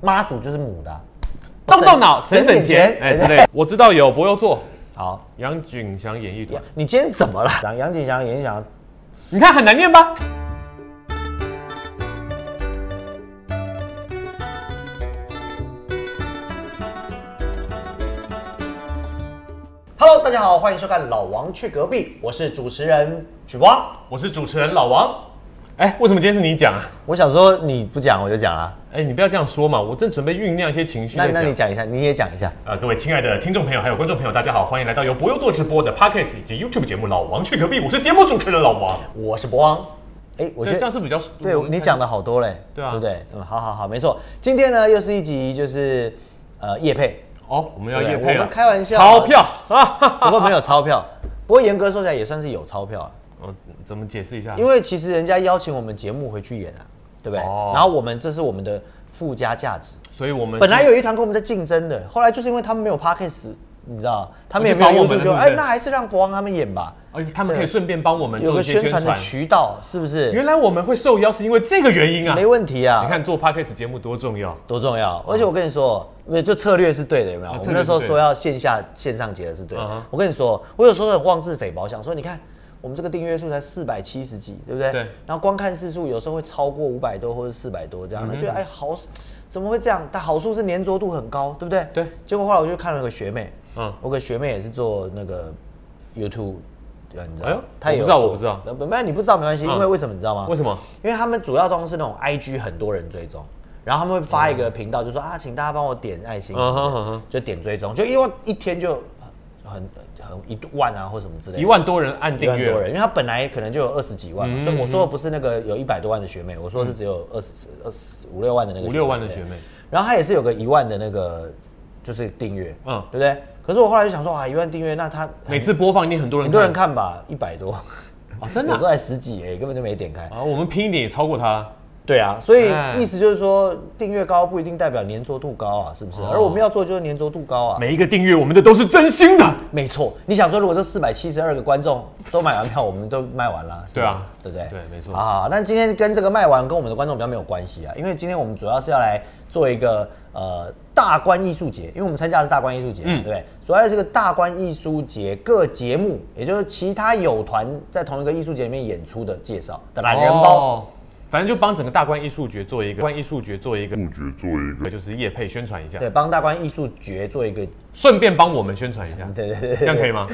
妈祖就是母的啊、动动脑，省省钱，哎哎，之类的。我知道有博优座、好，杨景祥演艺团，你今天怎么了？讲杨景祥、严翔，你看很难念吧？ Hello，大家好，欢迎收看《老王去隔壁》，我是主持人曲光。我是主持人老王。哎，为什么今天是你讲啊？我想说你不讲我就讲啊，哎，你不要这样说嘛，我正准备酝酿一些情绪那在那你讲。讲一下，你也讲一下。呃，各位亲爱的听众朋友，还有观众朋友，大家好，欢迎来到由博优座直播的 Podcast 以及 YouTube 节目《老王去隔壁》，我是节目主持人老王。我是博王，哎，我我觉这得样是比较对你讲的好多嘞，对啊对不对？嗯，好好好，没错。今天呢，又是一集就是呃叶 配，哦，我们要对夜配我了们，开玩笑，钞，票啊！不过没有钞票，不过严格说起来也算是有钞票啊，哦，怎么解释一下？因为其实人家邀请我们节目回去演啊，对不对？哦然后我们这是我们的附加价值。所以我们本来有一团跟我们在竞争的，后来就是因为他们没有 podcast，你知道，他们也没有就找我 YouTube，们就了对不哎，对那还是让国王他们演吧，而哎且他们可以对顺便帮我们有做个一些宣宣传的传。渠道，是不是？原来我们会受邀是因为这个原因啊！没问题啊你，看做 podcast 节目多重要，多重要！而且我跟你说，没有就策略是对的，有没有？啊我策们略那时候是对的说要线下线上结合是对嗯的哼。我跟你说，我有时候很妄自菲薄，想说你看。我们这个订阅数才四百七十几，对不对？对然后观看次数有时候会超过五百多或者四百多这嗯样，觉得哎好，怎么会这样？但好处是粘着度很高，对不对？对。结果后来我就看了个学妹，嗯，我有个学妹也是做那个 YouTube，对啊你知道？哎呦她也有我不知道做我不知道呃不，那你不知道没关系，因为嗯为什么你知道吗？为什么？因为他们主要都是那种 IG 很多人追踪，然后他们会发一个频道，就说啊，请大家帮我点爱心什么哦嗯哼嗯的哼，就点追踪，就因为一天就很很一万啊或什么之类的，一万多人按一订万阅嗯多，人，因为他本来可能就有二十几万嘛，所以我说的不是那个有一百多万的学妹，我说是只有二十二十五六万的那个五六万的学对妹，然后他也是有个一万的那个就是订阅，嗯嗯，对不对？可是我后来就想说啊，一万订阅，那他每次播放一定很多人很多人看吧，一百多，啊，真的有时啊候还十几哎，根本就没点开。啊，我们拼一点也超过他，对啊，所以哎意思就是说，订阅高不一定代表粘着度高啊，是不哦是？而我们要做就是粘着度高啊。没每一个订阅我们的都是真心的，错，你想说，如果这四百七十二个观众都买完票，我们都卖完了，是吧对啊对不对？对没错好好，好那今天跟这个卖完跟我们的观众比较没有关系啊，因为今天我们主要是要来做一个呃大观艺术节，因为我们参加的是大观艺术节嗯嘛，对不对？主要是个大观艺术节各节目，也就是其他有团在同一个艺术节里面演出的介绍的懒人包。哦。反正就帮整个大观艺术节做一个观艺术节做一个，做一个就是业配宣传一下，对，帮大观艺术节做一个，顺便帮我们宣传一下，对对对对这样可以吗？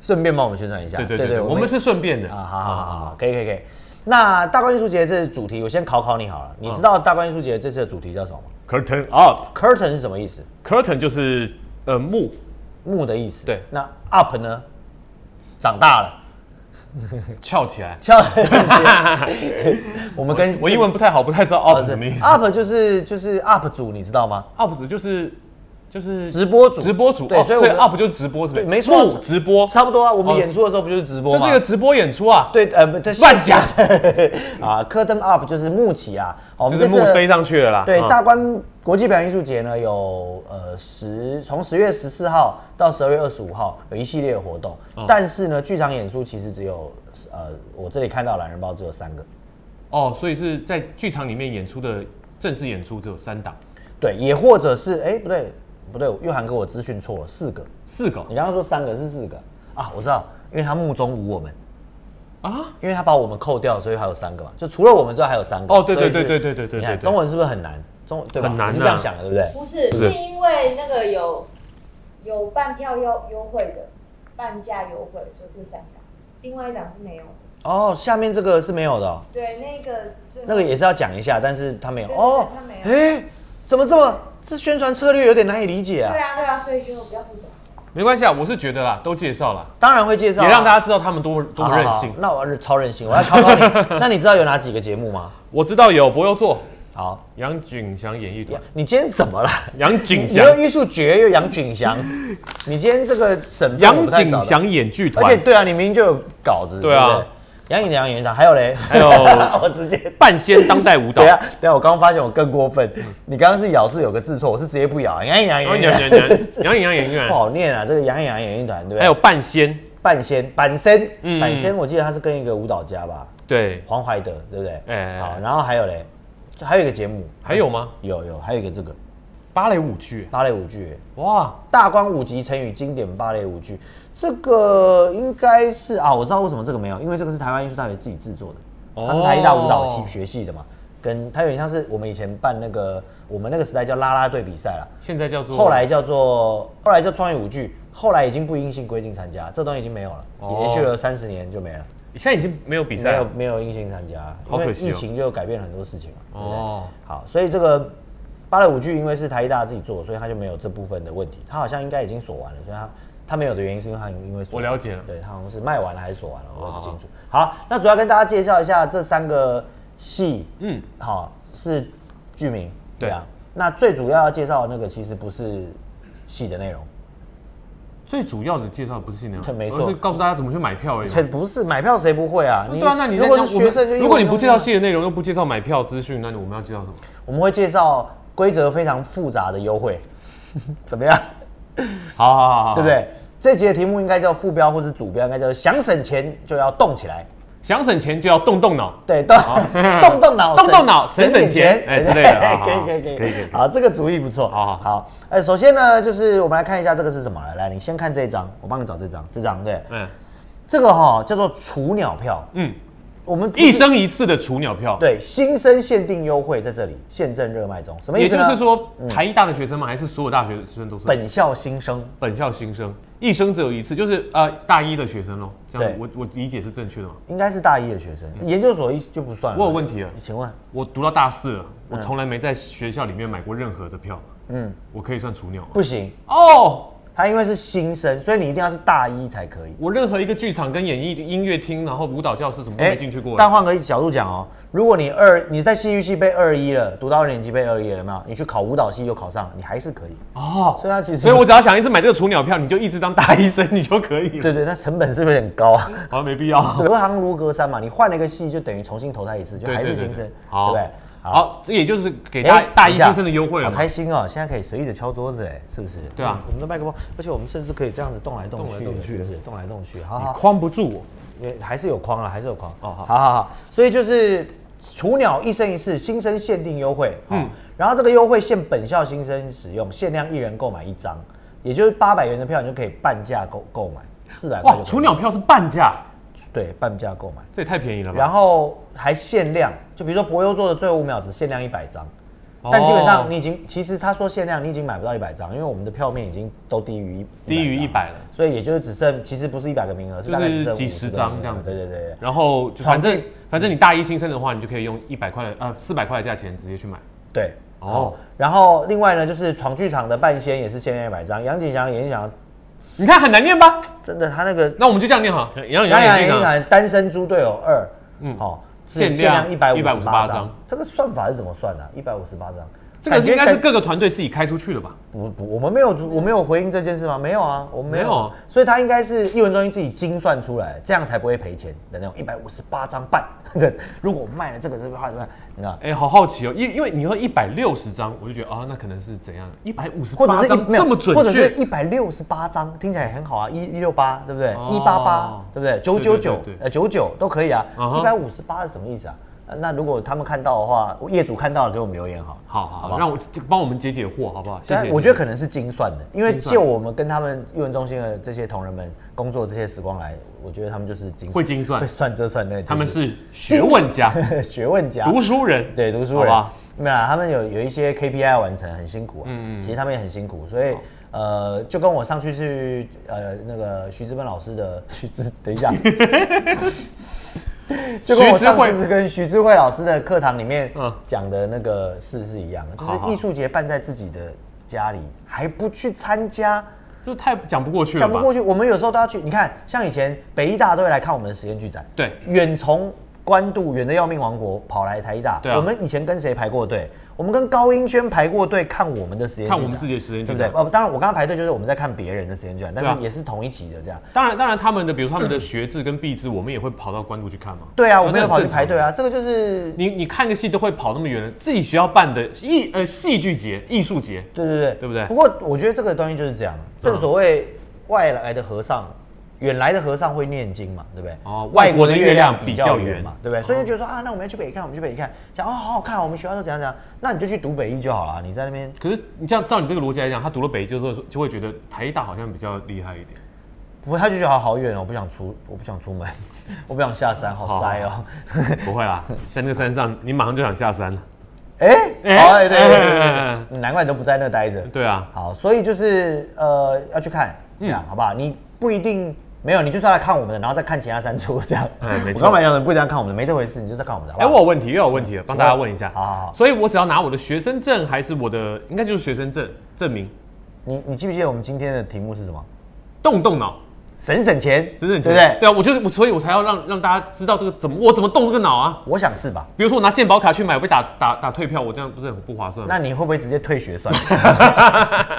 顺便帮我们宣传一下。对对对，我们是顺便的啊，好好好好，可以可以可以。那大观艺术节这主题，我先考考你好了。你知道大观艺术节这次的主题叫什么吗 Curtain up，curtain ？Curtain 是什么意思？就是呃幕，幕的意思。对那 up 呢？长大了，翘 起来。翘 我们跟我英文不太好，不太知道哦 up 对什么意思。 up 就是就是 up 主，你知道吗？ up 主就是就是直播主直播主对哦所以所我以们 up 就是直播，是不对，是？没错不，直播，差不多啊。我们哦演出的时候不就是直播这是吗？一个直播演出啊，对，呃，不，这乱讲 啊！Curtain up 就是幕旗啊。哦我就是这次幕飞上去了啦。对，嗯大关国际表演艺术节呢，有呃十从十月十四号到十二月二十五号有一系列的活动，嗯但是呢，剧场演出其实只有呃，我这里看到懒人包只有三个，哦，所以是在剧场里面演出的正式演出只有三档，对，也或者是哎、不对不对，又涵给我资讯错了，四个，四个你刚刚说三个是四个啊，我知道，因为他目中无我们。啊，因为他把我们扣掉，所以还有三个嘛，就除了我们之外还有三个。哦对对所以是对对对对对你看对对中文是不是很难？中对吧？很难啊你是这样想的，对不对？不是，是是因为那个有有半票优优惠的，半价优惠，就这三档，另外一档是没有的。哦，下面这个是没有的哦、对，那个最后那个也是要讲一下，但是他没有对哦他没，有哎，怎么这么这宣传策略有点难以理解啊对？啊对啊，所以就不要复杂。没关系啊，我是觉得啦，都介绍啦，当然会介绍啊，也让大家知道他们多么多好么好任好性。那我超任性，我来考考 你。那你知道有哪几个节目吗？我知道有博优座、好，杨景祥演艺团、你今天怎么了？杨景你祥、又艺术节又杨景祥，你今天这个省份我杨不太找景到，祥演剧而团且，对啊，你明明就有稿子，对啊不对，杨景良演长，还有嘞，还 有啊我直接。半仙当 代舞蹈等一。下，等一下，啊我刚刚发现我更过分，你刚刚是咬字有个字错，我是直接不咬，杨景良杨演景长 祥杨景祥演艺不团，好念啊，这个杨洋演艺团对不对？啊还有半仙，半仙板仙，嗯板仙，我记得他是跟一个舞蹈家吧，对，黄怀德对不对？哎好，然后还有嘞，这还有一个节目，还有吗？有有还有一个这个芭蕾舞剧，芭蕾舞剧、哇，大观五集成语经典芭蕾舞剧，这个应该是啊，我知道为什么这个没有，因为这个是台湾艺术大学自己制作的，它是台艺大舞蹈系哦学系的嘛，跟它有点像是我们以前办那个我们那个时代叫啦啦队比赛啦，现在叫做后来叫做后来叫创意舞剧，后来已经不硬性规定参加，这东西已经没有了，哦延续了三十年就没了，现在已经没有比没赛有了。没有硬性参加，好因为可惜哦疫情就改变了很多事情嘛，对不对？哦，好，所以这个芭蕾舞剧因为是台艺大自己做，所以他就没有这部分的问题。他好像应该已经锁完了，所以他他没有的原因是因为他因为锁我了解了对他好像是卖完了还是锁完了，我也不清楚。好，那主要跟大家介绍一下这三个戏，嗯，好是剧名，对啊。那最主要要介绍的那个其实不是戏的内容，最主要的介绍不是新娘这，没错而是告诉大家怎么去买票而已嘛。这不是买票谁不会啊？那嗯对啊，那你在如果讲是我们学生就如果你不介绍戏。戏的内容，又不介绍买票资讯，那你我们要介绍什么？我们会介绍规则非常复杂的优惠， 怎么样？好好好好，对不？对？这集的题目应该叫副标或是主标，应该叫想省钱就要动起来，想省钱就要动动脑。对，动 动动脑，啊 动动脑省省钱哎对之 类的好好可以好可以可以可以可以可以好，这个主意不错，好好好，呃，首先呢，就是我们来看一下这个是什么，来，你先看这一张，我帮你找这张，这张对，嗯这个哈叫做雏鸟票，嗯，我们不是一生一次的雏鸟票，对新生限定优惠在这里，现正热卖中，什么意也思嗯就呢？是说，台一大的学生吗？还是所有大学生都是本校新生，本校新生？一生只有一次，就是呃大一的学生咯。这样对嗯我我理解是正确的吗？应该是大一的学生，研究所一就不算了。嗯我有问题了，请问，我读到大四了，我从来没在学校里面买过任何的票，嗯，我可以算雏鸟吗？不行，哦，他因为是新生，所以你一定要是大一才可以。我任何一个剧场跟演艺音乐厅，然后舞蹈教室什么都哎没进去过。但换个角度讲哦，如果你二你在戏剧系被二一了，读到二年级被二一了，有没有？你去考舞蹈系又考上了，你还是可以。哦，所以它其实，所以我只要想一直买这个雏鸟票，你就一直当大医生，你 就可以了。对对，那成本是不是有点高啊？好像没必要。隔行如隔山嘛，你换了一个系就等于重新投胎一次，就还是新生，对好，不对？好，这也就是给大哎大等一一下新生的优惠了好嘛。开心哦！现在可以随意的敲桌子，哎，是不是？对啊嗯我们的麦克风，而且我们甚至可以这样子动来动去的，动来动去是的不是？动来动去，好你好，框不住我。因为还是有框了，还是有框。哦好好好好，所以就是雏鸟一生一世新生限定优惠，嗯嗯，然后这个优惠限本校新生使用，限量一人购买一张，也就是八百元的票你就可以半价购购买，四百块就哇，可以雏鸟票是半价，对半价购买，这也太便宜了吧？然后还限量，就比如说博优做的最后五秒只限量一百张。哦但基本上你已经，其实他说限量，你已经买不到一百张，因为我们的票面已经都低于一低于一张百了，所以也就是只剩，其实不是一百个名额，是就大概只是剩几50个十名张额这样子。对对对对。然后就闯反正反正你大一新生的话，你就可以用一百块的呃四百块的价钱直接去买。对，哦哦，然后另外呢，就是闯剧场的半仙也是限量一百张，杨景祥、严翔，你看很难念吧？真的他那个那我们就这样念哈，杨杨杨洋、杨严杨，翔单身猪队友二，嗯，好，是限限量量一百五十八张158张，这个算法是怎么算的、啊？一百五十八张，这个感觉应该是感各个团队自己开出去的吧？不不，我们没有我没有回应这件事吗？没有啊，我们没有，没有啊所以他应该是艺文中心自己精算出来，这样才不会赔钱的那种一百五十八张半。 这如果我卖了这个这个话怎么办？你知道？哎、好好奇哦，因因为你说一百六十张，我就觉得啊、那可能是怎样？一百五十或者八是一张没有这么准或者是确？一百六十八张，听起来也很好啊，一一六八，对不对？哦一八八，对不对？九九九对对对，对呃，九九都可以啊。嗯一哼百五十八是什么意思啊？呃那如果他们看到的话，业主看到了给我们留言好了。好好好不好好，让我这帮我们解解惑，好不好？谢但谢。我觉得可能是精算的，因为精算借我们跟他们艺文中心的这些同仁们工作这些时光来，我觉得他们就是精会精算会算这算那，他们是学问家、就是 学问家，读书人，对读书好人吧，没有啦，他们有有一些 KPI 要完成，很辛苦啊。嗯其实他们也很辛苦，所以呃，就跟我上去去呃那个徐志芬老师 的徐志，等一下，就跟我上徐次志是跟徐志慧老师的课堂里面嗯讲的那个事是一样的，好就是好艺术节办在自己的家里还不去参加。这太讲不过去了讲不吧？过去，我们有时候都要去。你看，像以前北医大都会来看我们的实验剧展，对远从关渡远的要命王国跑来台医大。对啊我们以前跟谁排过队？我们跟高英轩排过队看我们的实验剧展，看我们自己的实验剧展对不对？哦，当然我刚刚排队就是我们在看别人的实验剧展，但对啊是也是同一期的这样。当然，当然，他们的比如说他们的学制跟毕制，我们也会跑到关渡去看嘛。对啊，那我没有这跑很去正常排队啊，这个就是你你看个戏都会跑那么远，自己学校办的艺呃戏剧节、艺术节，对对对，对不对嗯不过我觉得这个东西就是这样，正所谓外来的和尚远来的和尚会念经嘛，对不对？哦外国的月亮比较圆哦嘛，对不对？所以就觉得说啊，那我们要去北看，我们去北看，讲哦好好看，我们学校都怎样怎样，那你就去读北一就好了，你在那边可是你这样照你这个逻辑来讲，他读了北医之后，就会觉得台大好像比较厉害一点。不会，他就觉得好好远哦，我不想出，我不想出门， 我不想下山，好塞哦。 不会啦，在那个山上，你马上就想下山了。哎，哎哦哎对对对对哎对对，难怪你都不在那待着。对啊，好，所以就是呃要去看，这样、好不好？你不一定没有，你就是要来看我们的，然后再看其他三出这样。哎没错我刚才讲的不一定要看我们的，没这回事，你就是要看我们的。好哎，不好我有问题，又有问题了，帮大家问一下。好好好所以我只要拿我的学生证，还是我的，应该就是学生证证明，你你记不记得我们今天的题目是什么？动动脑，省省钱，真正对不对？对啊，我就是我，所以我才要让让大家知道这个怎么我怎么动这个脑啊。我想是吧？比如说我拿健保卡去买，我被打打打退票，我这样不是很不划算吗？那你会不会直接退学算了？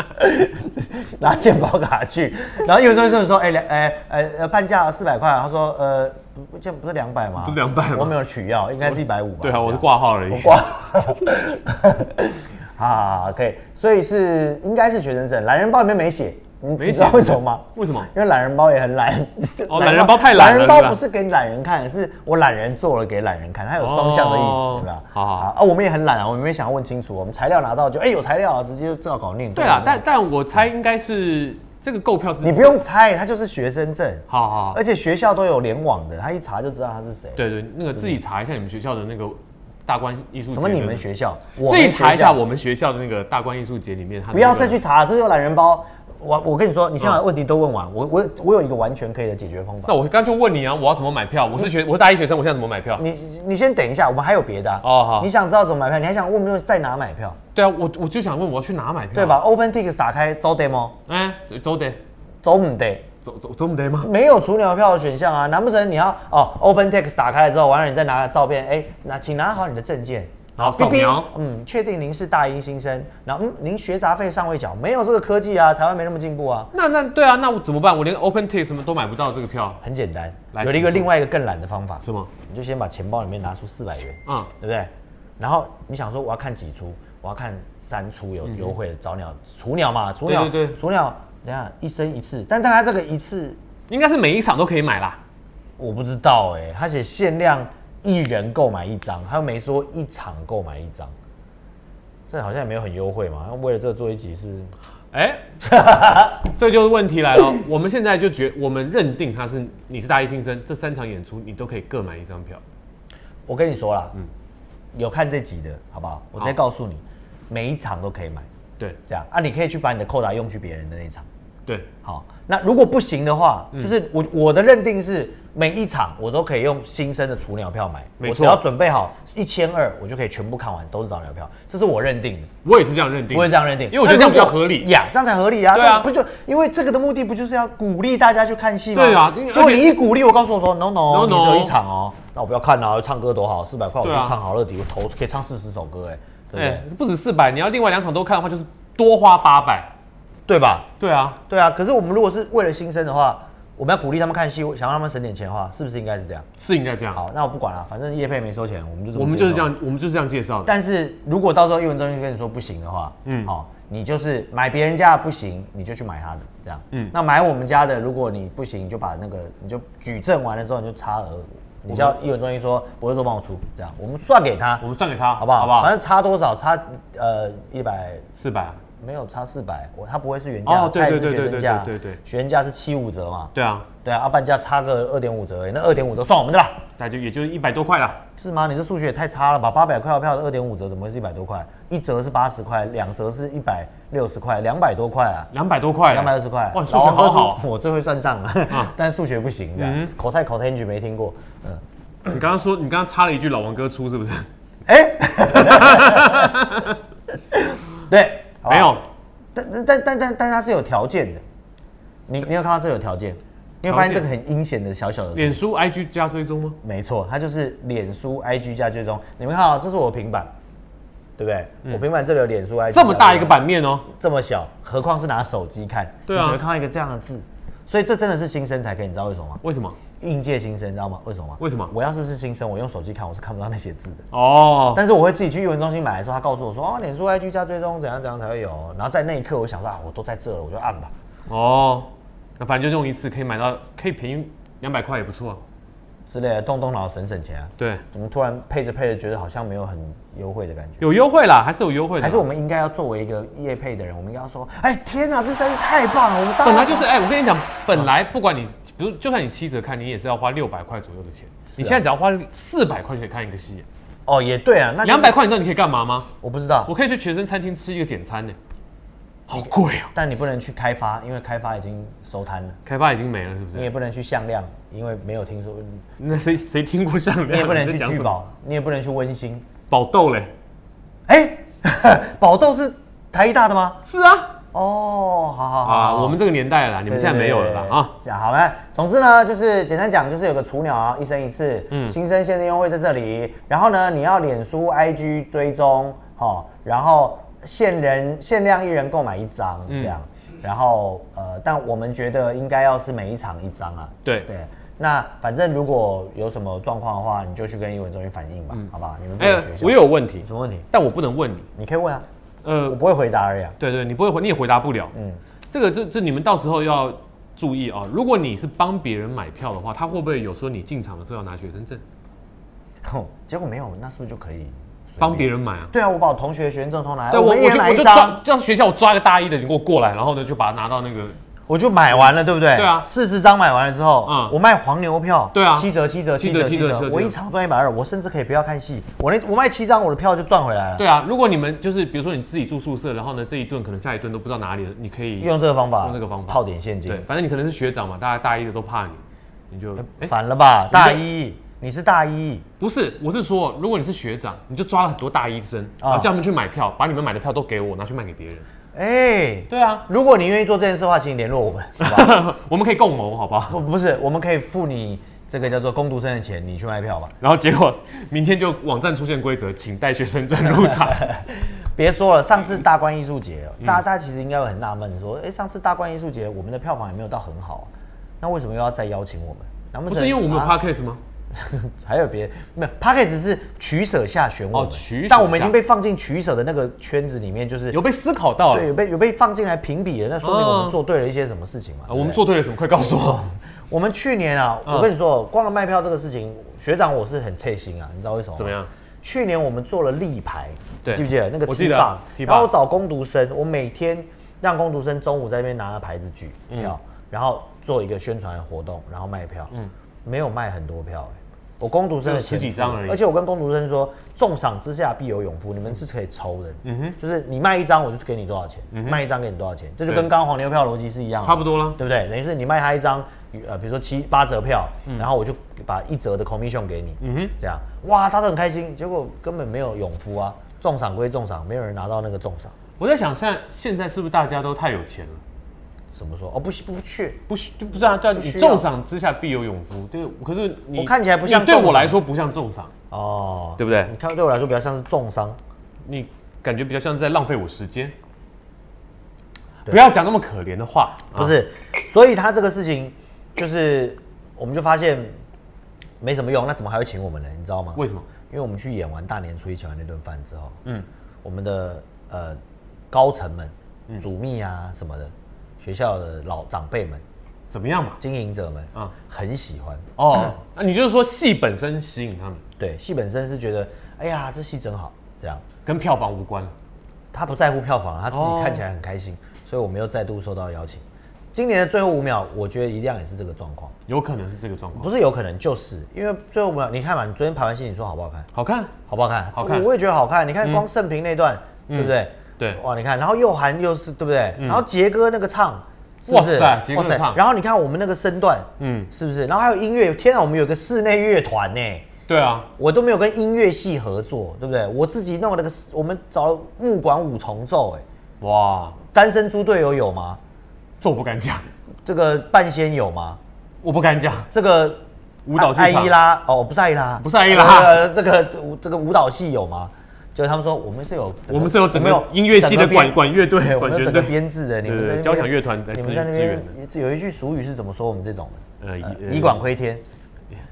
拿健保卡去，然后有时候就说，哎、两，哎、呃呃，半价四百块，他说，呃，不，不这不是两百吗？不是200吗我没有取药，应该是一百五吧？对啊，我是这样挂号而已。哇， 啊，可以，所以是应该是学生证，懒人包里面没写，你没你知道写为什么吗？为什么？因为懒人包也很懒，哦懒人包太 懒懒了人是包吧不是给懒人看，是我懒人做了给懒人看，它有双向的意哦思，对吧？好好好啊，我们也很懒啊，我们也想要问清楚，我们材料拿到就，哎，有材料啊，直接照稿念。对啊，但但我猜应该是这个购票是你不用猜，它就是学生证，好好好而，且学校都有联网的，他一查就知道他是谁。，对对，那个自己查一下你们学校的那个大观艺术节什么你们的学校，我自们己查一学下校我们学校的那个大观艺术节里面，它的不要那个再去查，这就懒人包。我我跟你说，你先把问题都问完，我我我有一个完全可以的解决方法嗯那。我刚就问你啊，我要怎么买票？我是学我是大一学生，我现在怎么买票？你你先等一下，我们还有别的、啊、哦好你想知道怎么买票，你还想问问在哪买票，对啊，我我就想问我要去哪买票，对？吧？OpenTix 打开走得吗？哎，走走得走唔得，走走走不得吗？没有雏鸟票的选项啊，难不成你要哦？OpenTix 打开了之后，完了你再拿个照片，哎，那请拿好你的证件。好，扫描。嗯，确定您是大一新生，然后嗯，您学杂费尚未缴，没有这个科技啊，台湾没那么进步啊，那那对啊，那我怎么办？我连 OpenTix 什么都买不到这个票，很简单，来有了一个请说另外一个更懒的方法，是吗？你就先把钱包里面拿出四百元，嗯，对不对？然后你想说我要看几出，我要看三出有优惠的，早鸟、雏鸟嘛，雏鸟，嗯对对对雏鸟，等一下一生一次，但但他这个一次应该是每一场都可以买啦。我不知道哎、他写限量一人购买一张，他又没说一场购买一张，这好像也没有很优惠嘛，为了这做一集是 哎，这就是问题来了。我们现在就觉，我们认定他是你是大一新生，这三场演出你都可以各买一张票。我跟你说啦，嗯有看这集的好不好？我直接好告诉你，每一场都可以买，对这样啊，你可以去把你的扣打用去别人的那一场。对，好，那如果不行的话，嗯就是我我的认定是每一场我都可以用新生的雏鸟票买，没我错只要准备好一千二，我就可以全部看完，都是早鸟票，这是我认定的，我也是这样认定的。我也这样认定，因为我觉得这样比较那如果合理呀，这样才合理啊，对这啊样不就因为这个的目的不就是要鼓励大家去看戏吗？对啊因为就而且你一鼓励我，告诉我说 no no，, No, 你只 no 有一场哦，那我不要看了、唱歌多好，四百块我去对啊唱好乐迪，我头可以唱四十首歌，哎，对不哎、对？不止四百，你要另外两场都看的话，就是多花八百。对吧？对啊，对啊，可是我们如果是为了新生的话，我们要鼓励他们看戏，想让他们省点钱的话，是不是应该是这样？是应该这样。好，那我不管了，反正叶配没收钱，我们就这么我们就是这接受。样，我们就是这样介绍的。但是如果到时候英文中心跟你说不行的话，嗯嗯，好、你就是买别人家的不行，你就去买他的，这样。嗯嗯，那买我们家的，如果你不行，你就把那个你就举证完了之后，你就差额，你叫英文中心说不会说帮我出，这样我们算给他我，们算给他，好不好？好不好反？正差多少差呃一百。四百、啊，没有差四百，我他不会是原价，哦对他也对是对学对生价，对对对学生价是七五折嘛，对啊，对啊，啊半价差个二点五折而已，那二点五折算我们的啦，那就也就是一百多块啦。是吗？你这数学也太差了吧！八百块的票的二点五折，怎么会是一百多块？一折是八十块，两折是一百六十块，两百多块啊！两百多块，两百二十块，哇，数学老王好哥好啊。是我最会算账了， 但数学不行的、嗯口塞口 t a n 没听 过，嗯，你刚刚说，你刚刚插了一句老王哥出是不是？哎、 对，好吧没有，但但但但但它是有条件的，你你有看到这有条件？你有发现这个很阴险的小小的脸书 IG 加追踪吗？没错，它就是脸书 IG 加追踪。你们看啊、这是我平板，对不对？我平板这里有脸书 IG，嗯这么大一个版，版面哦、这么小，何况是拿手机看，对啊你只会看到一个这样的字。所以这真的是新生才可以，你知道为什么吗？为什么？应届新生，你知道吗？为什么吗？为什么我要是是新生，我用手机看，我是看不到那些字的。哦，但是我会自己去英文中心买的时候，他告诉我说，哦，脸书 IG 加追踪怎样怎样才会有。然后在那一刻，我想说啊，我都在这了，我就按吧。哦，那反正就用一次可以买到，可以便宜两百块也不错。之类的，动动脑省省钱啊。对，怎么突然配着配着觉得好像没有很优惠的感觉？有优惠啦，还是有优惠的。还是我们应该要作为一个业配的人，我们应该要说，哎、天哪、这实在是太棒了！我们大家本来就是，哎、我跟你讲，本来不管你，比如就算你七折看，你也是要花六百块左右的钱。啊你现在只要花四百块就可以看一个戏，哦，也对啊，那就是两百，块你知道你可以干嘛吗？我不知道我，可以去学生餐厅吃一个简餐呢、好贵哦、但你不能去开发，因为开发已经收摊了。开发已经没了，是不你是也？不能去向量，因为没有听说，那谁谁听过像你也不能去啊讲聚什么宝，你也不能去温馨。宝豆嘞？哎、 宝豆是台艺大的吗？是啊，哦，好好好啊，好我们这个年代了啦，你们现在没有了啦啊。这样好了，总之呢，就是简单讲，就是有个雏鸟啊，一生一次，嗯新生限定优惠在这里。然后呢，你要脸书、IG 追踪，哦，然后限人限量一人购买一张嗯这样。然后呃，但我们觉得应该要是每一场一张啊。对对，那反正如果有什么状况的话，你就去跟英文中心反映吧，好不好？你们自己哎、的学校。我有问题，什么问题？但我不能问你。你可以问啊，我呃，不会回答而已啊。 对对，你不会回，你也回答不了。嗯，这个这这你们到时候要注意哦。如果你是帮别人买票的话，他会不会有说你进场的时候要拿学生证哼结果没有，那是不是就可以随便帮别人买啊？对啊，我把我同学的学生证偷拿来，对，啊我我们一我人就买我一就张抓，，要是学校我抓一个大一的，你给我过来，然后呢就把它拿到那个。我就买完了，对不对？对啊四十张买完了之后，嗯我卖黄牛票，对啊七折七折七折折七七折七折折，我一场赚一百二，我甚至可以不要看戏，我那我卖七张，我的票就赚回来了。对啊，如果你们就是比如说你自己住宿舍，然后呢这一顿可能下一顿都不知道哪里了，你可以用这个方法，用这个方法套点现金对，，反正你可能是学长嘛，大家大一的都怕你，你呃就哎、反了吧？你大就一，你是大一，不是，我是说，如果你是学长，你就抓了很多大一生，啊然后叫他们去买票，把你们买的票都给我，拿去卖给别人。哎，对啊，如果你愿意做这件事的话，请你联络我们，好 吧？ 我们可以共谋，好不好？不不是，我们可以付你这个叫做工读生的钱，你去卖票吧。然后结果明天就网站出现规则，请带学生证入 场。别说了，上次大观艺术节，嗯大家大家其实应该会很纳闷，说，哎、上次大观艺术节我们的票房也没有到很好、啊，那为什么又要再邀请我们？难不是因为我们有啊 podcast 吗？还有别没有 p a c k a g e 是取舍下选我们，哦取舍但我们已经下被放进取舍的那个圈子里面，就是有被思考到对了有。被有被放进来评比的，那说明哦我们做对了一些什么事情嘛？对啊不对我们做对了什么？快告诉我！我们去年啊，嗯我跟你说，光了卖票这个事情，学长我是很脆心啊，你知道为什么？怎么样？去年我们做了立牌，对记不记得那个我 T 记得棒？ T 然后我棒找工读生，我每天让工读生中午在那边拿着牌子举嗯票，然后做一个宣传活动，然后卖票。嗯，没有卖很多票、欸我工读生的就十几钱付了张而已而且我跟工读生说，重赏之下必有勇夫，你们是可以抽的。嗯嗯哼哼，嗯就是你卖一张，我就给你多少钱；卖一张给你多少钱，这就跟对刚刚黄牛票逻辑是一样的，差不多啦对不对？等于是你卖他一张，呃，比如说七八折票，然后我就把一折的 commission 给你。嗯哼，这样，哇，他都很开心，结果根本没有勇夫啊，重赏归重赏，没有人拿到那个重赏。我在想，现在现在是不是大家都太有钱了？怎么说？哦，不是不去，不需就不是啊，对啊，不需要你重赏之下必有勇夫。对，可是你我看起来不像你对重赏我来说不像重赏，哦，对不对你看对我来说比较像是重伤，你感觉比较像是在浪费我时间。对不要讲那么可怜的话，不是？所以他这个事情就是，我们就发现没什么用，那怎么还会请我们呢？你知道吗啊？为什么？因为我们去演完大年初一请完那顿饭之后，嗯，我们的呃高层们、嗯主秘啊什么的，学校的老长辈们、怎么样嘛？经营者们啊啊，很喜欢。 哦，那你就是说戏本身吸引他们，对，戏本身是觉得，哎呀，这戏真好，这样，跟票房无关了。他不在乎票房，他自己哦看起来很开心，所以我们又再度受到邀请。今年的最后五秒，我觉得一样也是这个状况，有可能是这个状况。不是有可能，就是因为最后五秒，你看嘛，你昨天排完戏，你说好不好看？好看，好不好看？好看嗯我也觉得好看。你看光盛平那段，对不对？对嗯哇，你看，然后又韩又是，对不对？然后杰哥那个唱，是不是哇塞杰哥的哇塞唱然后你看我们那个身段，嗯，是不是？然后还有音乐，天啊，我们有个室内乐团呢、对啊，我都没有跟音乐系合作，对不对？我自己弄了个，我们找了木管五重奏、哎，哇，单身猪队友有吗？这我不敢讲，这个半仙有吗？我不敢讲。这个舞蹈剧艾场伊拉哦，不是艾伊拉，不是艾伊拉呃这个这个这个舞蹈系有吗？就是他们说我们是有整个，我们是有整我们个有音乐系整个的编管管乐对，队、我管们有整弦个队，编制的，你们对在对那边交响乐团来你支们在那支边援有一句俗语是怎么说我们这种的？呃呃，以以管窥天，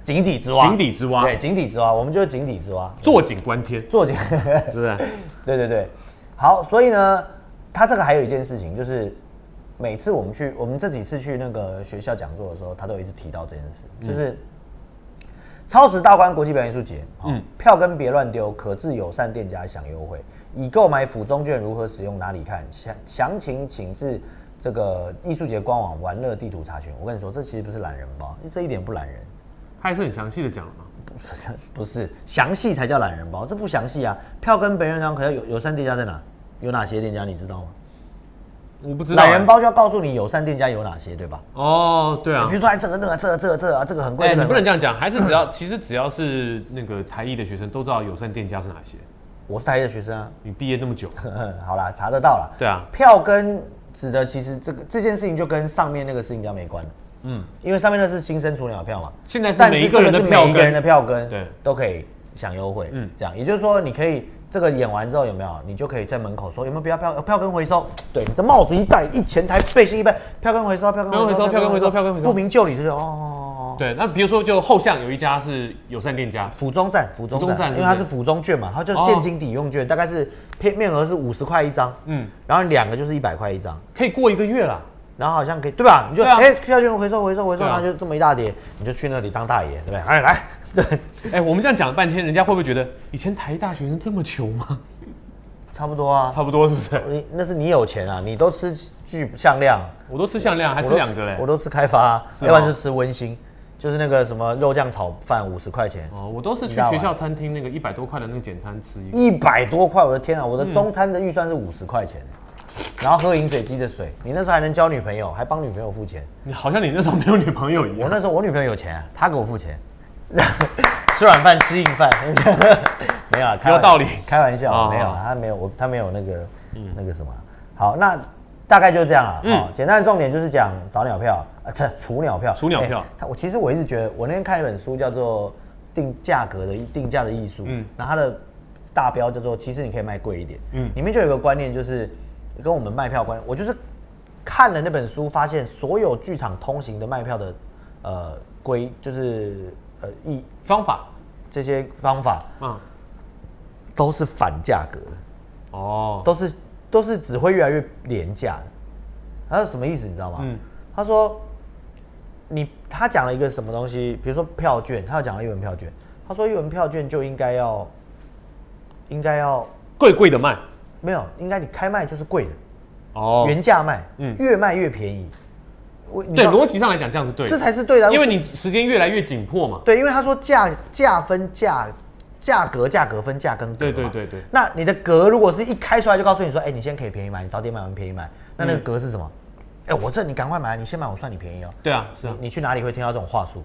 井底之蛙，井底之蛙对，井底之蛙，我们就是井底之蛙，坐井观天，坐井。是不是？对对对，好，所以呢，他这个还有一件事情，就是每次我们去，我们这几次去那个学校讲座的时候，他都一直提到这件事，就是。超值大观国际表演艺术节，嗯嗯，票根别乱丢，可至友善店家享优惠。已购买府中券如何使用？哪里看？详详情请至这个艺术节官网玩乐地图查询。我跟你说，这其实不是懒人包，这一点不懒人，他还是很详细的讲了嘛。不是详细才叫懒人包，这不详细啊。票根别乱丢，可要友友善店家在哪？有哪些店家你知道吗？我不知道、懒人包就要告诉你友善店家有哪些，对吧？哦，对啊比如，说，哎，这个那个这个这个这个啊，这个很贵，哎、这个你很不贵能这样讲，还是只要 其实只要是那个台艺的学生都知道友善店家是哪些。我是台艺的学生啊，你毕业那么久，好啦，查得到啦。对啊，票根指的其实这个这件事情就跟上面那个事情比较没关，嗯，因为上面那是新生雏鸟票嘛，现在是但每一是个这人个是的每票一个人的根，票根对都可以享优惠，嗯嗯，这样也就是说你可以这个演完之后有没有，你就可以在门口说有没有不要票票根回收，对，你这帽子一戴，一前台背心一戴，票根回收，票根票根回回收，收票根回收票根回收不明就里就是哦哦。哦哦对，那比如说就后巷有一家是友善店家，府中站，府中府站，中站因为是不是哦它是府中券嘛，它就是现金抵用券，大概是片面额是五十块一张，嗯，然后两个就是一百块一张，可以过一个月啦。然后好像可以，对吧？你就对啊哎、票券回收回收回收，对啊然后就这么一大叠，你就去那里当大爷，对不对？哎，来，对，哎、我们这样讲了半天，人家会不会觉得以前台大学生这么穷吗？ 差不多啊。差不多是不是？你那是你有钱啊，你都吃巨向量，我都吃向量，还我哎吃都两个嘞我。都吃开发、啊，是要不然哦就吃温馨，就是那个什么肉酱炒饭五十块钱，哦，我都是去你知道学吧校餐厅那个一百多块的那个简餐吃一个。一百多块，我的天啊！嗯我的中餐的预算是五十块钱，欸然后喝饮水机的水，你那时候还能交女朋友，还帮女朋友付钱。你好像你那时候没有女朋友一我样。那时候我女朋友有钱啊，她给我付钱， 吃软饭吃硬饭， 没有啊，开玩有道理开玩笑，哦没有啊，她没有我她没有那个那个什么啊。好，那大概就是这样啊。嗯哦，简单的重点就是讲早鸟票啊，这雏鸟票，雏鸟票哎它我其实我一直觉得，我那天看一本书叫做《定价格的定价的艺术》，嗯嗯，然后它的大标叫做“其实你可以卖贵一点”，嗯嗯，里面就有一个观念，就是跟我们卖票观，我就是看了那本书，发现所有剧场通行的卖票的呃规，就是呃一方法，这些方法嗯，都是反价格的，哦，都是都是只会越来越廉价的。他说什么意思你知道吗？嗯他说你他讲了一个什么东西，比如说票券，他要讲了一文票券，他说一文票券就应该要应该要贵贵的卖，没有，应该你开卖就是贵的，哦，原价卖，嗯越卖越便宜。我你知对，道逻辑上来讲这样是对的，这才是对的啊，因为你时间越来越紧迫嘛。对，因为他说价价分价价格价格分价跟格对嘛对对对，那你的格如果是一开出来就告诉你说，哎、你现在可以便宜买，你早点买我们便宜买，那那嗯个格是什么？哎、我这你赶快买，你先买我算你便宜哦。对啊，是啊你，你去哪里会听到这种话术？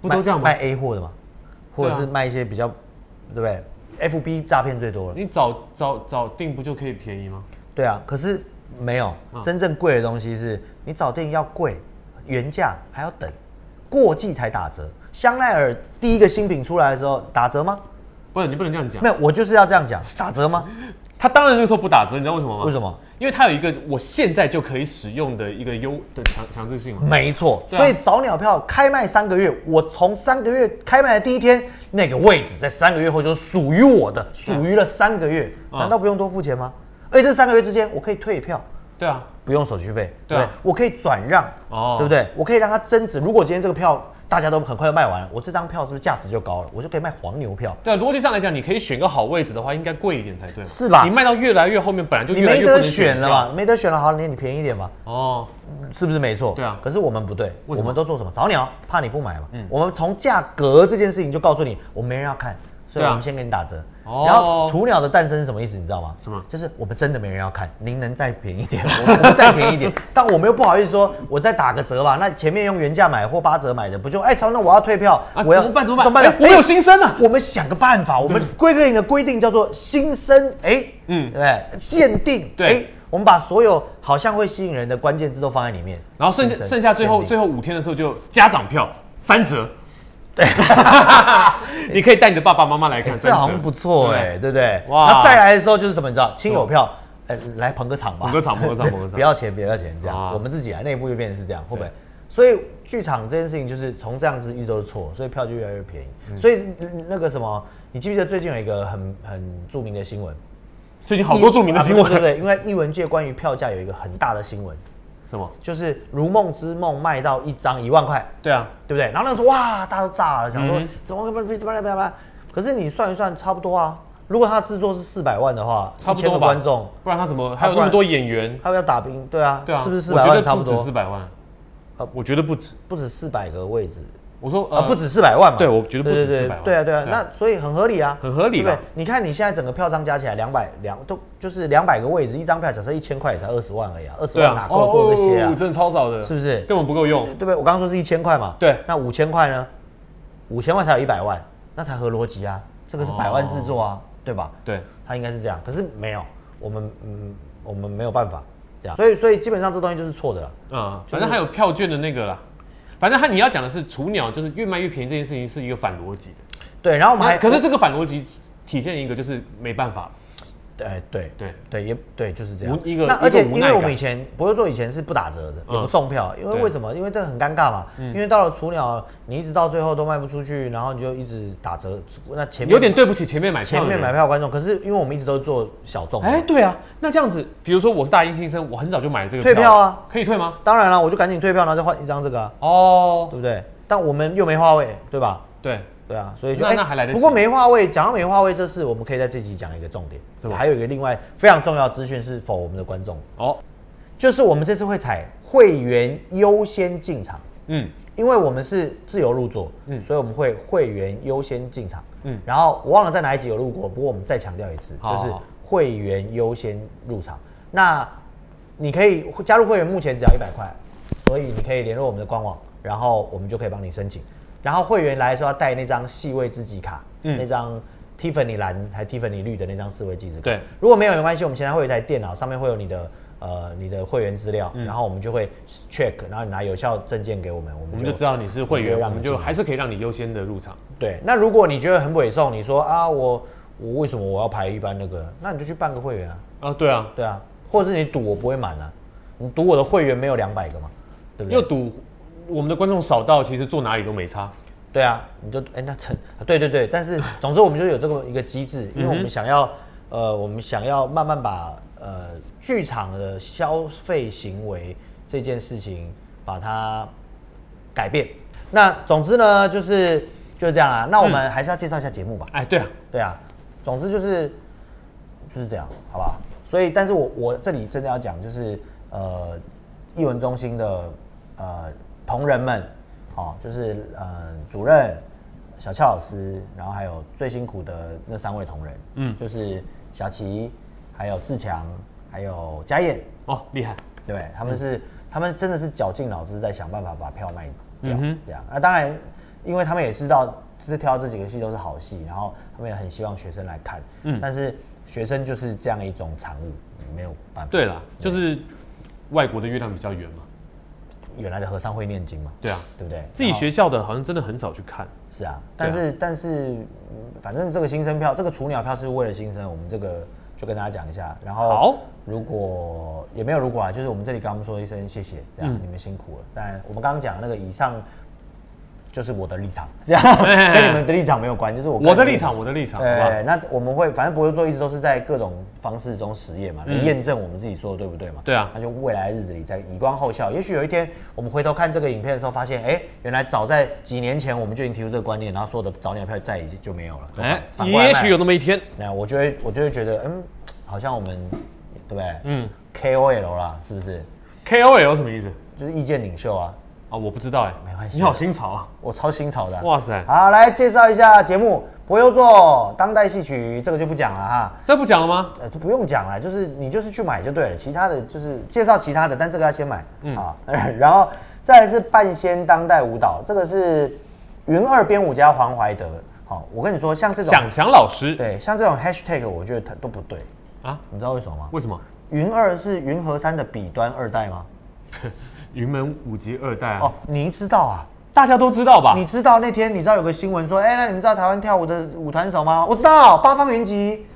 不都这样吗卖？卖 A 货的嘛，或者是对啊卖一些比较，对不对？FB 诈骗最多了。你早早早定不就可以便宜吗？对啊，可是没有、嗯真正贵的东西是，你找店要贵，原价还要等，过季才打折。香奈儿第一个新品出来的时候打折吗？不是，你不能这样讲没。有，我就是要这样讲，打折吗？他当然那个时候不打折，你知道为什么吗？为什么？因为它有一个我现在就可以使用的一个优的强强制性嘛。没错，对啊所以早鸟票开卖三个月，我从三个月开卖的第一天，那个位置在三个月后就属于我的，属于了三个月，嗯难道不用多付钱吗？而且这三个月之间，我可以退票，对啊，不用手续费，对对啊不对？我可以转让，哦对不对？我可以让它增值。如果今天这个票大家都很快就卖完了，我这张票是不是价值就高了？我就可以卖黄牛票。对啊，逻辑上来讲，你可以选个好位置的话，应该贵一点才对嘛。是吧你卖到越来越后面，本来就你越来没越不得能选了嘛。嘛，没得选了，好，你你便宜一点嘛，哦，是不是没错？对啊可是我们不对，为我什么们都做什么？早鸟，怕你不买嘛。嗯我们从价格这件事情就告诉你，我们没人要看，所以对啊我们先给你打折。哦然后雏鸟的诞生是什么意思？你知道吗？什么就是我们真的没人要看，您能再便宜一点， 我们我们再便宜一点。但我们又不好意思说，我再打个折吧。那前面用原价买或八折买的，不就哎，超那我要退票，啊，我要怎么办？怎么办？哎我有新生啊！我们想个办法，我们规定的规定叫做新生，哎、嗯，嗯对不对，限定，对哎我们把所有好像会吸引人的关键字都放在里面，然后剩新下生剩下最后限定最后五天的时候就家长票三折。对， 你可以带你的爸爸妈妈来哎看三这折，好像不错哎、对不对？哇哦哇，那再来的时候就是什么，你知道，亲友票，哎、来捧个场吧，捧个场捧个场捧个场不要钱，不要钱，这样，啊我们自己啊，内部就变成是这样，会不会对？所以剧场这件事情就是从这样子一直都是错，所以票就越来越便宜。所以嗯那个什么，你记不记得最近有一个很很著名的新闻？最近好多著名的新闻啊对不对？因为艺文界关于票价有一个很大的新闻，什么？就是《如梦之梦》卖到一张一万块，对啊，对不对？然后那时候哇，大家都炸了，想说、嗯怎么怎么怎么怎么怎么？可是你算一算，差不多啊。如果他制作是四百万的话，差不1000多个吧。观众，啊不然他怎么还有那么多演员？他们要打兵，对啊，对啊，是不是四我百觉万得差不不止多四？百万呃，我觉得不止。不止四百个位置，我说啊，不止四百万嘛。呃对我觉得不止对对400万对啊，对啊，对啊那所以很合理啊，很合理对不吧对？你看你现在整个票仓加起来两百两都就是两百个位置，一张票假设一千块也才二十万而已啊，二十对万啊哪，够做这些啊？真的超少的，是不是？根本不够用对。不对？我刚刚说是一千块嘛，对那五千块呢？五千块才有一百万，那才合逻辑啊，这个是百万制作啊，对吧？对，它应该是这样，可是没有，我们嗯，我们没有办法这样，所以所以基本上这东西就是错的了。啊，就是反正还有票券的那个啦。反正他你要讲的是雏鸟，就是越卖越便宜这件事情是一个反逻辑的。对，然后我们还可是这个反逻辑体现一个就是没办法，对对对对也对就是这样无。一个那一个而且无因奈为我感们以前博乐座以前是不打折的，也嗯不送票，因为对嗯为什么？因为这很尴尬嘛。因为到了雏鸟，你一直到最后都卖不出去，然后你就一直打折，那前面有点对不起前面买票前的人。面买票的观众，可是因为我们一直都做小众的，哎，对啊，那这样子，比如说我是大一新生，我很早就买了这个退票啊，可以退吗？当然了，我就赶紧退票，然后再换一张这个、啊，哦对，不对？但我们又没话位，对吧？对，对啊，所以就那哎那还来得及不过没话位，讲到没话位这事，我们可以在这集讲一个重点，什么还有一个另外非常重要的资讯是否我们的观众，哦，就是我们这次会采会员优先进场，嗯，因为我们是自由入座，嗯所以我们会会员优先进场，嗯然后我忘了在哪一集有录过，不过我们再强调一次，好就是好会员优先入场。那你可以加入会员，目前只要一百块，所以你可以联络我们的官网，然后我们就可以帮你申请。然后会员来的时候要带那张细位知己卡，嗯那张 Tiffany 蓝还 Tiffany 绿的那张四位机子卡。对，如果没有没关系，我们前台会有一台电脑，上面会有你的呃你的会员资料，嗯然后我们就会 check，然后你拿有效证件给我们，我们我们就知道你是会员，我们就让我们你就进来还是可以让你优先的入场。对，那如果你觉得很北宋，你说啊，我我为什么我要排一般那个？那你就去办个会员啊，啊，对啊，对啊，或者是你赌我不会满啊，你赌我的会员没有两百个嘛，对不又对？赌我们的观众少到，其实坐哪里都没差。对啊，你就哎、那成，对对对，但是总之我们就有这个一个机制，因为我们想要、呃，我们想要慢慢把呃剧场的消费行为这件事情把它改变。那总之呢，就是就是这样啊。那我们还是要介绍一下节目吧。哎，对啊，对啊，总之就是就是这样，好不好？所以，但是我我这里真的要讲，就是呃，艺文中心的呃同仁们，哦，就是呃主任小俏老师，然后还有最辛苦的那三位同仁，嗯嗯，就是小齐，还有志强，还有嘉燕，哦，厉害，对不对？他们是、嗯他们真的是绞尽脑汁在想办法把票卖掉，嗯哼这样。啊那当然，因为他们也知道这挑这几个戏都是好戏，然后他们也很希望学生来看，嗯但是学生就是这样一种产物，没有办法。对啦，就是外国的月亮比较圆嘛。原来的和尚会念经嘛，对啊，对不对？自己然后学校的好像真的很少去看。是啊，但是、但是、嗯反正这个新生票，这个雏鸟票是为了新生，我们这个就跟大家讲一下。然后好如果也没有如果啊，就是我们这里跟他们说一声谢谢，这样、嗯你们辛苦了。但我们刚刚讲的那个以上，就是我的立场，这样哎跟你们的立场没有关，就是我我的看你哎立场，。我的立场，好不好对，那我们会反正博友座一直都是在各种方式中实验嘛，来验证我们自己说的对不对嘛。嗯对啊那就未来的日子里再以观后效。也许有一天我们回头看这个影片的时候，发现哎、原来早在几年前我们就已经提出这个观念，然后所有的早鸟票再也就没有了。对吧哎，反过来也卖许有那么一天，那我就会我就会觉得嗯，好像我们对不对？嗯嗯，KOL 啦，是不是？ ，KOL 什么意思就是意见领袖啊，啊？我不知道哎，没关系你好新潮啊！我超新潮的啊、哇塞，好，来介绍一下节目《博优座当代戏曲》，这个就不讲了哈。这不讲了吗？呃，就不用讲了，就是你就是去买就对了，其他的就是介绍其他的，但这个要先买、嗯啊。然后再来是半仙当代舞蹈，这个是云二编舞家黄怀德。好、我跟你说，像这种想想老师对像这种 hashtag，我觉得它都不对，啊？你知道为什么吗？为什么？云二是云和山的彼端二代吗？云门五级二代啊哦，，你知道啊？大家都知道吧你？知道那天你知道有个新闻说，哎、那你们知道台湾跳舞的舞团手吗？我知道，八方云集。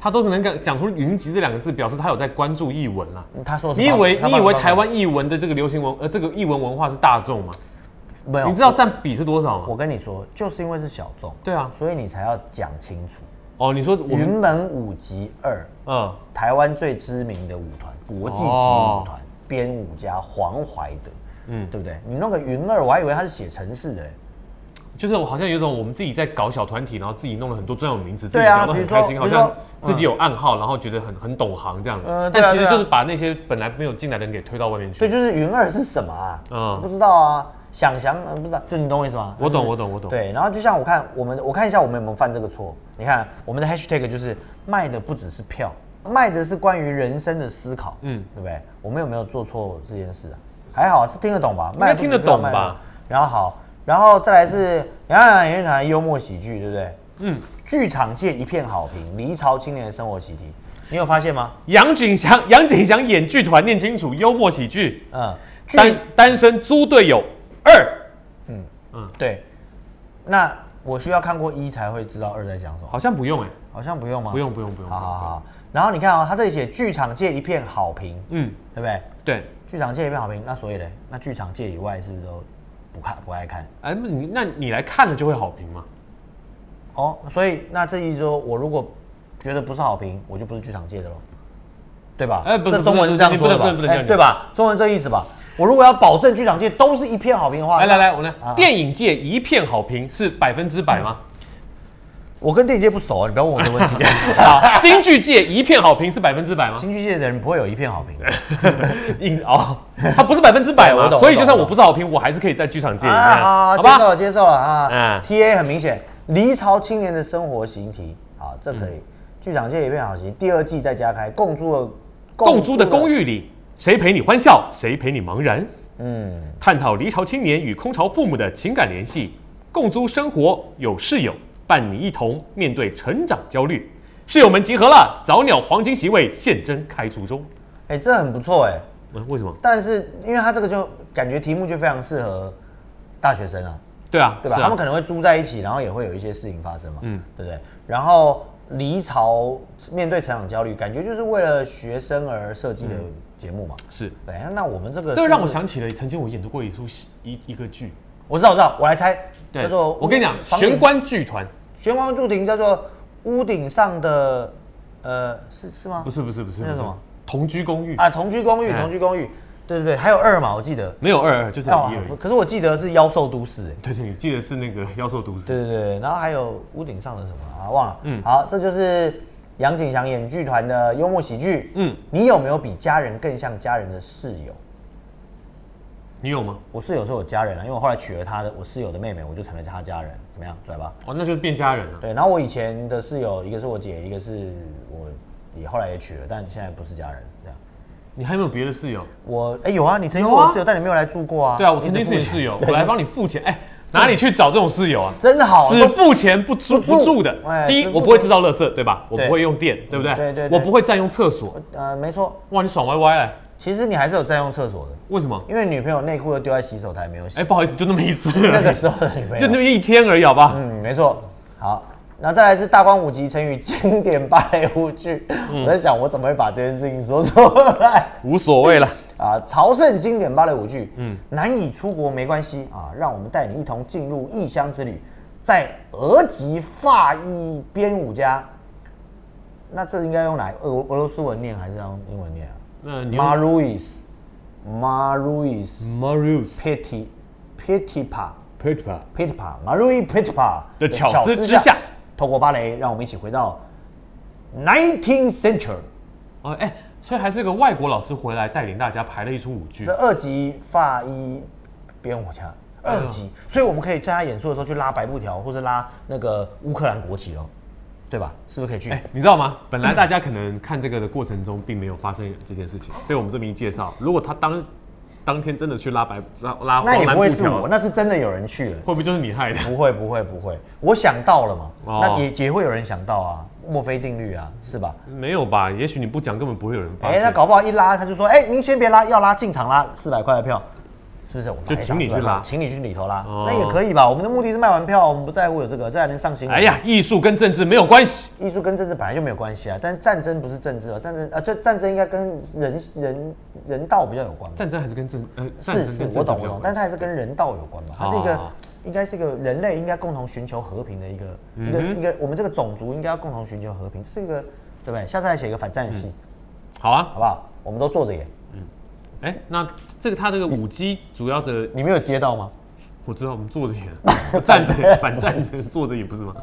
他都能讲讲出“云集”这两个字，表示他有在关注译文啦。嗯他说是你以八为他你帮以为八方台湾译文的这个流行文呃这个译文文化是大众吗？没有？你知道占比是多少吗？我跟你说，就是因为是小众，对啊所以你才要讲清楚。哦，你说我云们门舞集二，嗯，台湾最知名的舞团，国际级舞团，编、舞家黄怀德，哦嗯嗯，对不对？你弄个云二，我还以为他是写城市的、欸，就是我好像有一种我们自己在搞小团体，然后自己弄了很多专有名词，自己对啊搞得很比如说开心，好比如说像自己有暗号，然后觉得很很懂行这样。嗯对啊但其实对啊就是把那些本来没有进来的人给推到外面所以去。就是云二是什么啊？嗯嗯，不知道啊，想想、呃、不知道，就你懂我意思吗？我就懂，是我懂，我懂。对，然后就像我看我们，我看一下我们有没有犯这个错。你看我们的 hashtag 就是卖的不只是票，卖的是关于人生的思考，嗯嗯，对不对？我们有没有做错这件事啊？还好，这听得懂吧？应该卖不只听得是票懂卖吧的然后好，然后再来是杨洋演乐团幽默喜剧，对不对？嗯，剧场界一片好评，离巢青年的生活习题，你有发现吗？杨景祥，杨景祥演剧团念清楚，幽默喜剧，嗯，剧单单身租队友二，对，那我需要看过一才会知道二在讲什么，好像不用哎、好像不用吗？不用不用不用。好好好，然后你看哦，他这里写剧场界一片好评，嗯，对不对？对。剧场界一片好评，那所以呢？那剧场界以外是不是都不看不爱看？哎，那你那你来看了就会好评嘛？哦，所以那这意思说我如果觉得不是好评，我就不是剧场界的喽，对吧？哎不是这中文是这样说的不吧能不能不能不能这样讲对吧？中文这意思吧？我如果要保证剧场界都是一片好评 的话，来那来来，我来啊，电影界一片好评是百分之百吗？我跟电影界不熟啊，你不要问我这个问 题。好，京剧界一片好评是百分之百 吗？京剧界的人不会有一片好评。硬哦，它不是百分之百哎嘛我，懂所以我懂就算我我懂不是好评，我还是可以在剧场界里面，啊，好，好接受吧？了，接受了啊。嗯 t A 很明显，离巢青年的生活形体，好，这可以。剧场界也变好行，第二季再加开，共租的共租的公，寓里，谁陪你欢笑，谁陪你茫然？嗯，探讨离巢青年与空巢父母的情感联系，共租生活有室友伴你一同面对成长焦虑。室友们集合了，早鸟黄金席位现真开除中。哎、这很不错哎、嗯，为什么？但是因为他这个就感觉题目就非常适合大学生啊，对啊，对吧？是啊他们可能会住在一起，然后也会有一些事情发生嘛，嗯嗯，对不对？然后离巢面对成长焦虑，感觉就是为了学生而设计的节目嘛。是。对，那我们这个嗯这个让我是不是想起了曾经我演过一出戏一一个剧，我知道，我知道，我来猜，叫做我跟你讲，房顶玄关剧团玄关注顶叫做屋顶上的，呃，是是吗？不是不是不是那不叫是什么同居公寓啊，同居公寓，哎同居公寓，对对对，还有二嘛，我记得。没有二二就是一哦而已。，可是我记得是妖兽都市、哎对对，你记得是那个妖兽都市。对对对，然后还有屋顶上的什么啊，忘了。嗯嗯，好，这就是杨景祥演剧团的幽默喜剧。嗯嗯，你有没有比家人更像家人的室友？你有吗？我室友是我家人啊，因为我后来娶了他的我室友的妹妹，我就成了他家人，怎么样，拽吧？哦，那就是变家人了。对，然后我以前的室友，一个是我姐，一个是我也后来也娶了，但现在不是家人，这样。你还有没有别的室友？我哎、有啊，你曾经有是我啊的室友，但你没有来住过啊。对啊，我曾经是你一直付室友，钱我来帮你付钱。哎，哪里去找这种室友啊？真好，只付钱不租哦不住不住的。哎第一，只付我不会制造垃圾，对吧？我对不会用电，对不对？对对对我不会占用厕所。都呃没错，哇，你爽歪歪哎！其实你还是有占用厕所的，为什么？因为女朋友内裤都丢在洗手台没有洗。哎，不好意思，就那么一次，那个时候的女朋就那友，么一天而已，好吧？嗯，没错。好，那再来是大观五级成语经典芭蕾舞剧，嗯我在想我怎么会把这件事情说出来。无所谓了。啊，朝圣经典芭蕾舞剧，嗯，难以出国没关系啊，让我们带你一同进入异乡之旅，在俄籍法裔编舞家，那这应该用哪俄俄罗斯文念还是用英文念啊那你用？Maruis Maruis Marius Peti Petipa Petra Petipa Marui Petipa 的巧思之下，透过芭蕾，让我们一起回到 nineteenth century。哦，哎，所以还是个外国老师回来带领大家排了一出舞剧这。二级发一编舞家，哎呦二级，所以我们可以在他演出的时候去拉白布条，或是拉那个乌克兰国旗哦，对吧？是不是可以去？哎、你知道吗？本来大家可能看这个的过程中，并没有发生这件事情。被我们这么一介绍，如果他当当天真的去拉白拉那拉黄也不蓝布会是条，我，会那是真的有人去了。不会就是你害的？ 不会不会不会，我想到了嘛，哦那也也会有人想到啊，墨菲定律啊，是吧？没有吧？也许你不讲，根本不会有人发哎、现。那搞不好一拉他就说，哎、您先别拉，要拉进场拉四百块的票，是不是？我哎本来就请你想400去拉块请你去里头拉，哦那也可以吧？我们的目的是卖完票，我们不在乎有这个，这还能上新闻。哎呀，艺术跟政治没有关系。艺术跟政治本来就没有关系啊，但战争不是政治啊，战争啊，这战争应该跟人人人道比较有关吧。战争还是跟政呃，战是争是跟，政治我懂比我较有懂，关啊但它还是跟人道有关嘛，它是一好个好好应该是一个人类应该共同寻求和平的一个、一嗯个哼一个，我们这个种族应该要共同寻求和平，这是一个对不对？下次来写一个反战戏，好啊好，不好？我们都坐着演，哎、那这个它这个五 G 主要的，你没有接到吗？ 我知道我们坐着 演，站着演反站着演坐着也不是吗？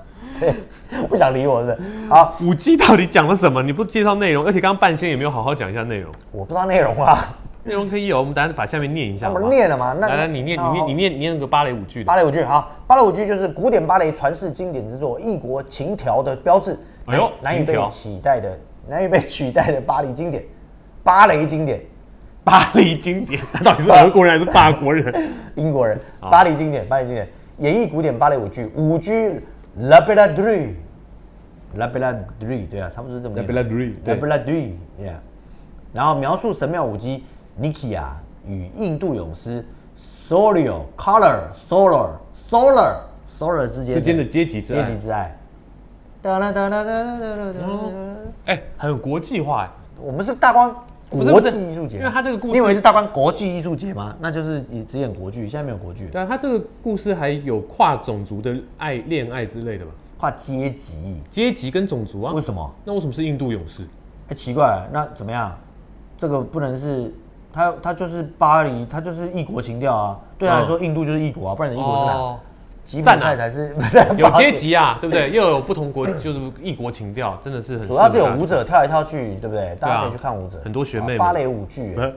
不想理我是不是？好，五 G 到底讲了什么？你不介绍内容，而且刚刚半仙也没有好好讲一下内容，我不知道内容啊，内容可以有，我们等下把下面念一下那好不 我好。们念了嘛？那哦来来，你念，你念，你念，你念那个芭蕾舞剧的芭。蕾舞剧哈，芭蕾舞剧就是古典芭蕾传世经典之作，异国情调的标志，哎呦难以被情调取代的，难以被取代的巴黎经典，芭蕾经典，巴黎经典，他到底是俄国人还是法国人？英国人，好巴黎经典，巴黎经典，演绎古典芭蕾舞剧舞剧 La b e l a d r e La b e l a d r e 对啊，他们是这么 La Bellade-Rue，对 La b e l a d r e yeah，然后描述神庙舞姬 Nikia 与印度勇士 Solio Color Solar Solar Solar 之间之间的阶级之阶爱级之爱。哒啦哒啦哒啦哒啦哒啦哎、很国际化哎。我们是大观不是国不是际艺术节，因为它这个故事你以为是大观国际艺术节吗？那就是也只演国剧，现在没有国剧了。对啊，他这个故事还有跨种族的爱恋爱之类的吧？跨阶级，阶级跟种族啊？为什么？那为什么是印度勇士？哎、奇怪，那怎么样？这个不能是他，他就是巴黎，他就是异国情调啊。对他来说，印度就是异国啊，不然你的异国是哪？ 哦吉在普哪赛才是有 阶，级啊，对不对？又有不同国，就是异国情调，真的是很主要是有适合舞者跳来跳去，对不对？大对啊家可以去看舞者，啊很多学妹们芭蕾舞 剧、大家。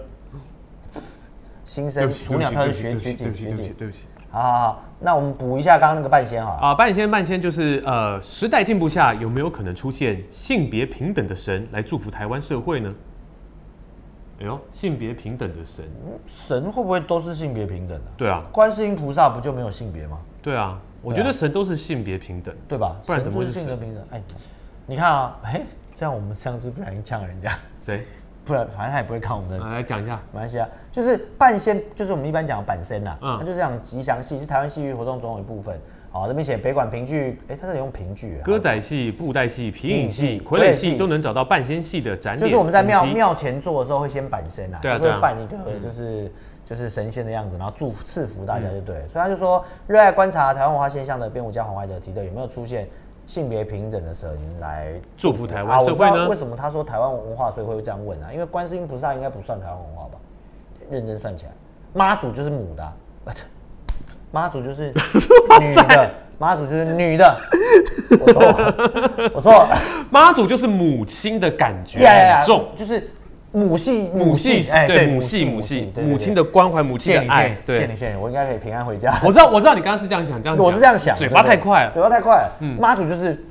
新对生不起，雏鸟跳去对学不起学对姐不起，学对不姐起，对不起。对不起。好好好，那我们补一下刚刚那个半仙好了。啊，半仙半仙就是呃，时代进步下有没有可能出现性别平等的神来祝福台湾社会呢？哎呦，性别平等的神，神会不会都是性别平等的、对啊，观世音菩萨不就没有性别吗？对啊，我对觉啊得神都是性别平等，对吧？不然怎么会神就是是性神别平等？哎，你看啊， 哎、这样我们上次不小心呛人家，谁？不然反正他也不会看我们的。啊来讲一下，没关系啊，就是半仙，就是我们一般讲的板仙呐、嗯它就是讲吉祥戏，是台湾戏剧活动中的一部分。好，这边写北管评剧，哎、它是用评剧啊，歌仔戏、布袋戏、皮影皮戏、影戏傀儡傀儡戏戏都能找到半仙戏的展嗯就演。是我们在庙痕迹，庙前做的时候会先板身啊，对啊就是对啊嗯会扮一个就是、就是神仙的样子，然后祝福赐福大家就对了。所以他就说，热爱观察台湾文化现象的编舞家黄怀德提的有没有出现性别平等的神来祝福台啊湾我社知会道呢为？什么他说台湾文化，所以会这样问啊？因为观世音菩萨应该不算台湾文化吧？认真算起来，妈祖就是母的啊、 妈祖就是 女的，妈祖就是女的。我错了，我 错了。妈祖就是母亲的感觉呀呀呀很重，就是母系母系哎对对母系母系对对母亲对的关怀，母亲谢的你谢爱你，谢对你。谢你，我应该可以平安回家。我知道，我知道你刚刚是这样想，这样我是这样想，嘴对巴不对太快了嗯嘴。巴太快了。妈祖就是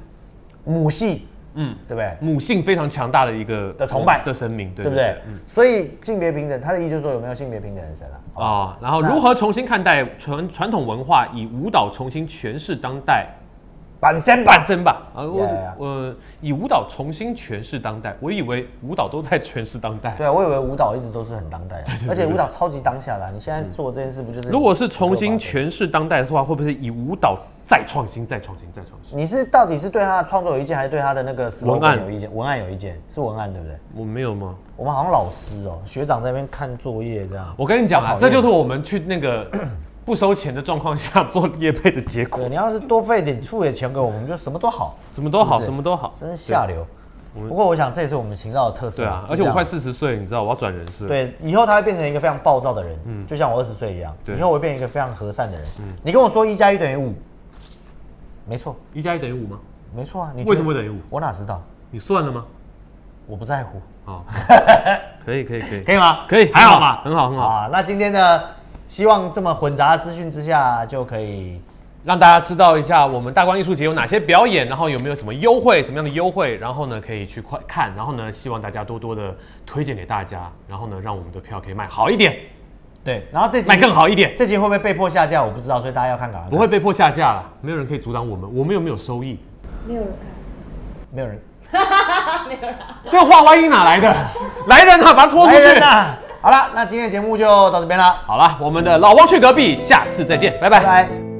母系，嗯，对不对？母性非常强大的一个的崇拜的神明，对嗯对不对？所以性别平等，他的意思就是说有没有性别平等的神啊？啊、然后如何重新看待传传统文化，以舞蹈重新诠释当代板身半身吧？啊，我 Yeah, yeah. 呃，以舞蹈重新诠释当代，我以为舞蹈都在诠释当代。对啊，我以为舞蹈一直都是很当代的，啊而且舞蹈超级当下的啊。你现在做这件事不就是？嗯如果是重新诠释当代的话，会不会是以舞蹈再创新、再创新、再创新？你是到底是对他的创作有意见，还是对他的那个 slogan 文案有意见？文案有意见，是文案对不对？我没有吗？我们好像老师哦、学长在那边看作业这样。我跟你讲啊好，讨这厌就是我们去那个 不收钱的状况下做业配的结对果，你要是多费点付点钱给我们，我们就什么都好，什么都是好，不是什么都好，真是下流。不过我想这也是我们频道的特色。对啊。就而且这我样快四十岁了，你知道我要转人设，对，以后他会变成一个非常暴躁的人，就像我二十岁一样，对嗯以后我会变成一个非常和善的人。你跟我说一加一等于五，没错，一加一等于五吗？没错啊。你觉得为什么会等于五？我哪知道？你算了吗？我不在乎，好，可以可以可以可以吗？可以，还好吧？很好很好，啊，那今天呢，希望这么混杂的资讯之下，就可以让大家知道一下我们大观艺术节有哪些表演，然后有没有什么优惠，什么样的优惠，然后呢可以去快看，然后呢希望大家多多的推荐给大家，然后呢让我们的票可以卖好一点，对。然后这集卖更好一点，这集会不会被迫下架？我不知道，所以大家要看赶快看。不会被迫下架了，没有人可以阻挡我们，我们又没有收益，没有人看，没有人。这个话外音哪来的？来人啊，把他拖出来人去！呐！好了，那今天的节目就到这边了，好了，我们的老汪去隔壁，下次再见，拜拜拜拜。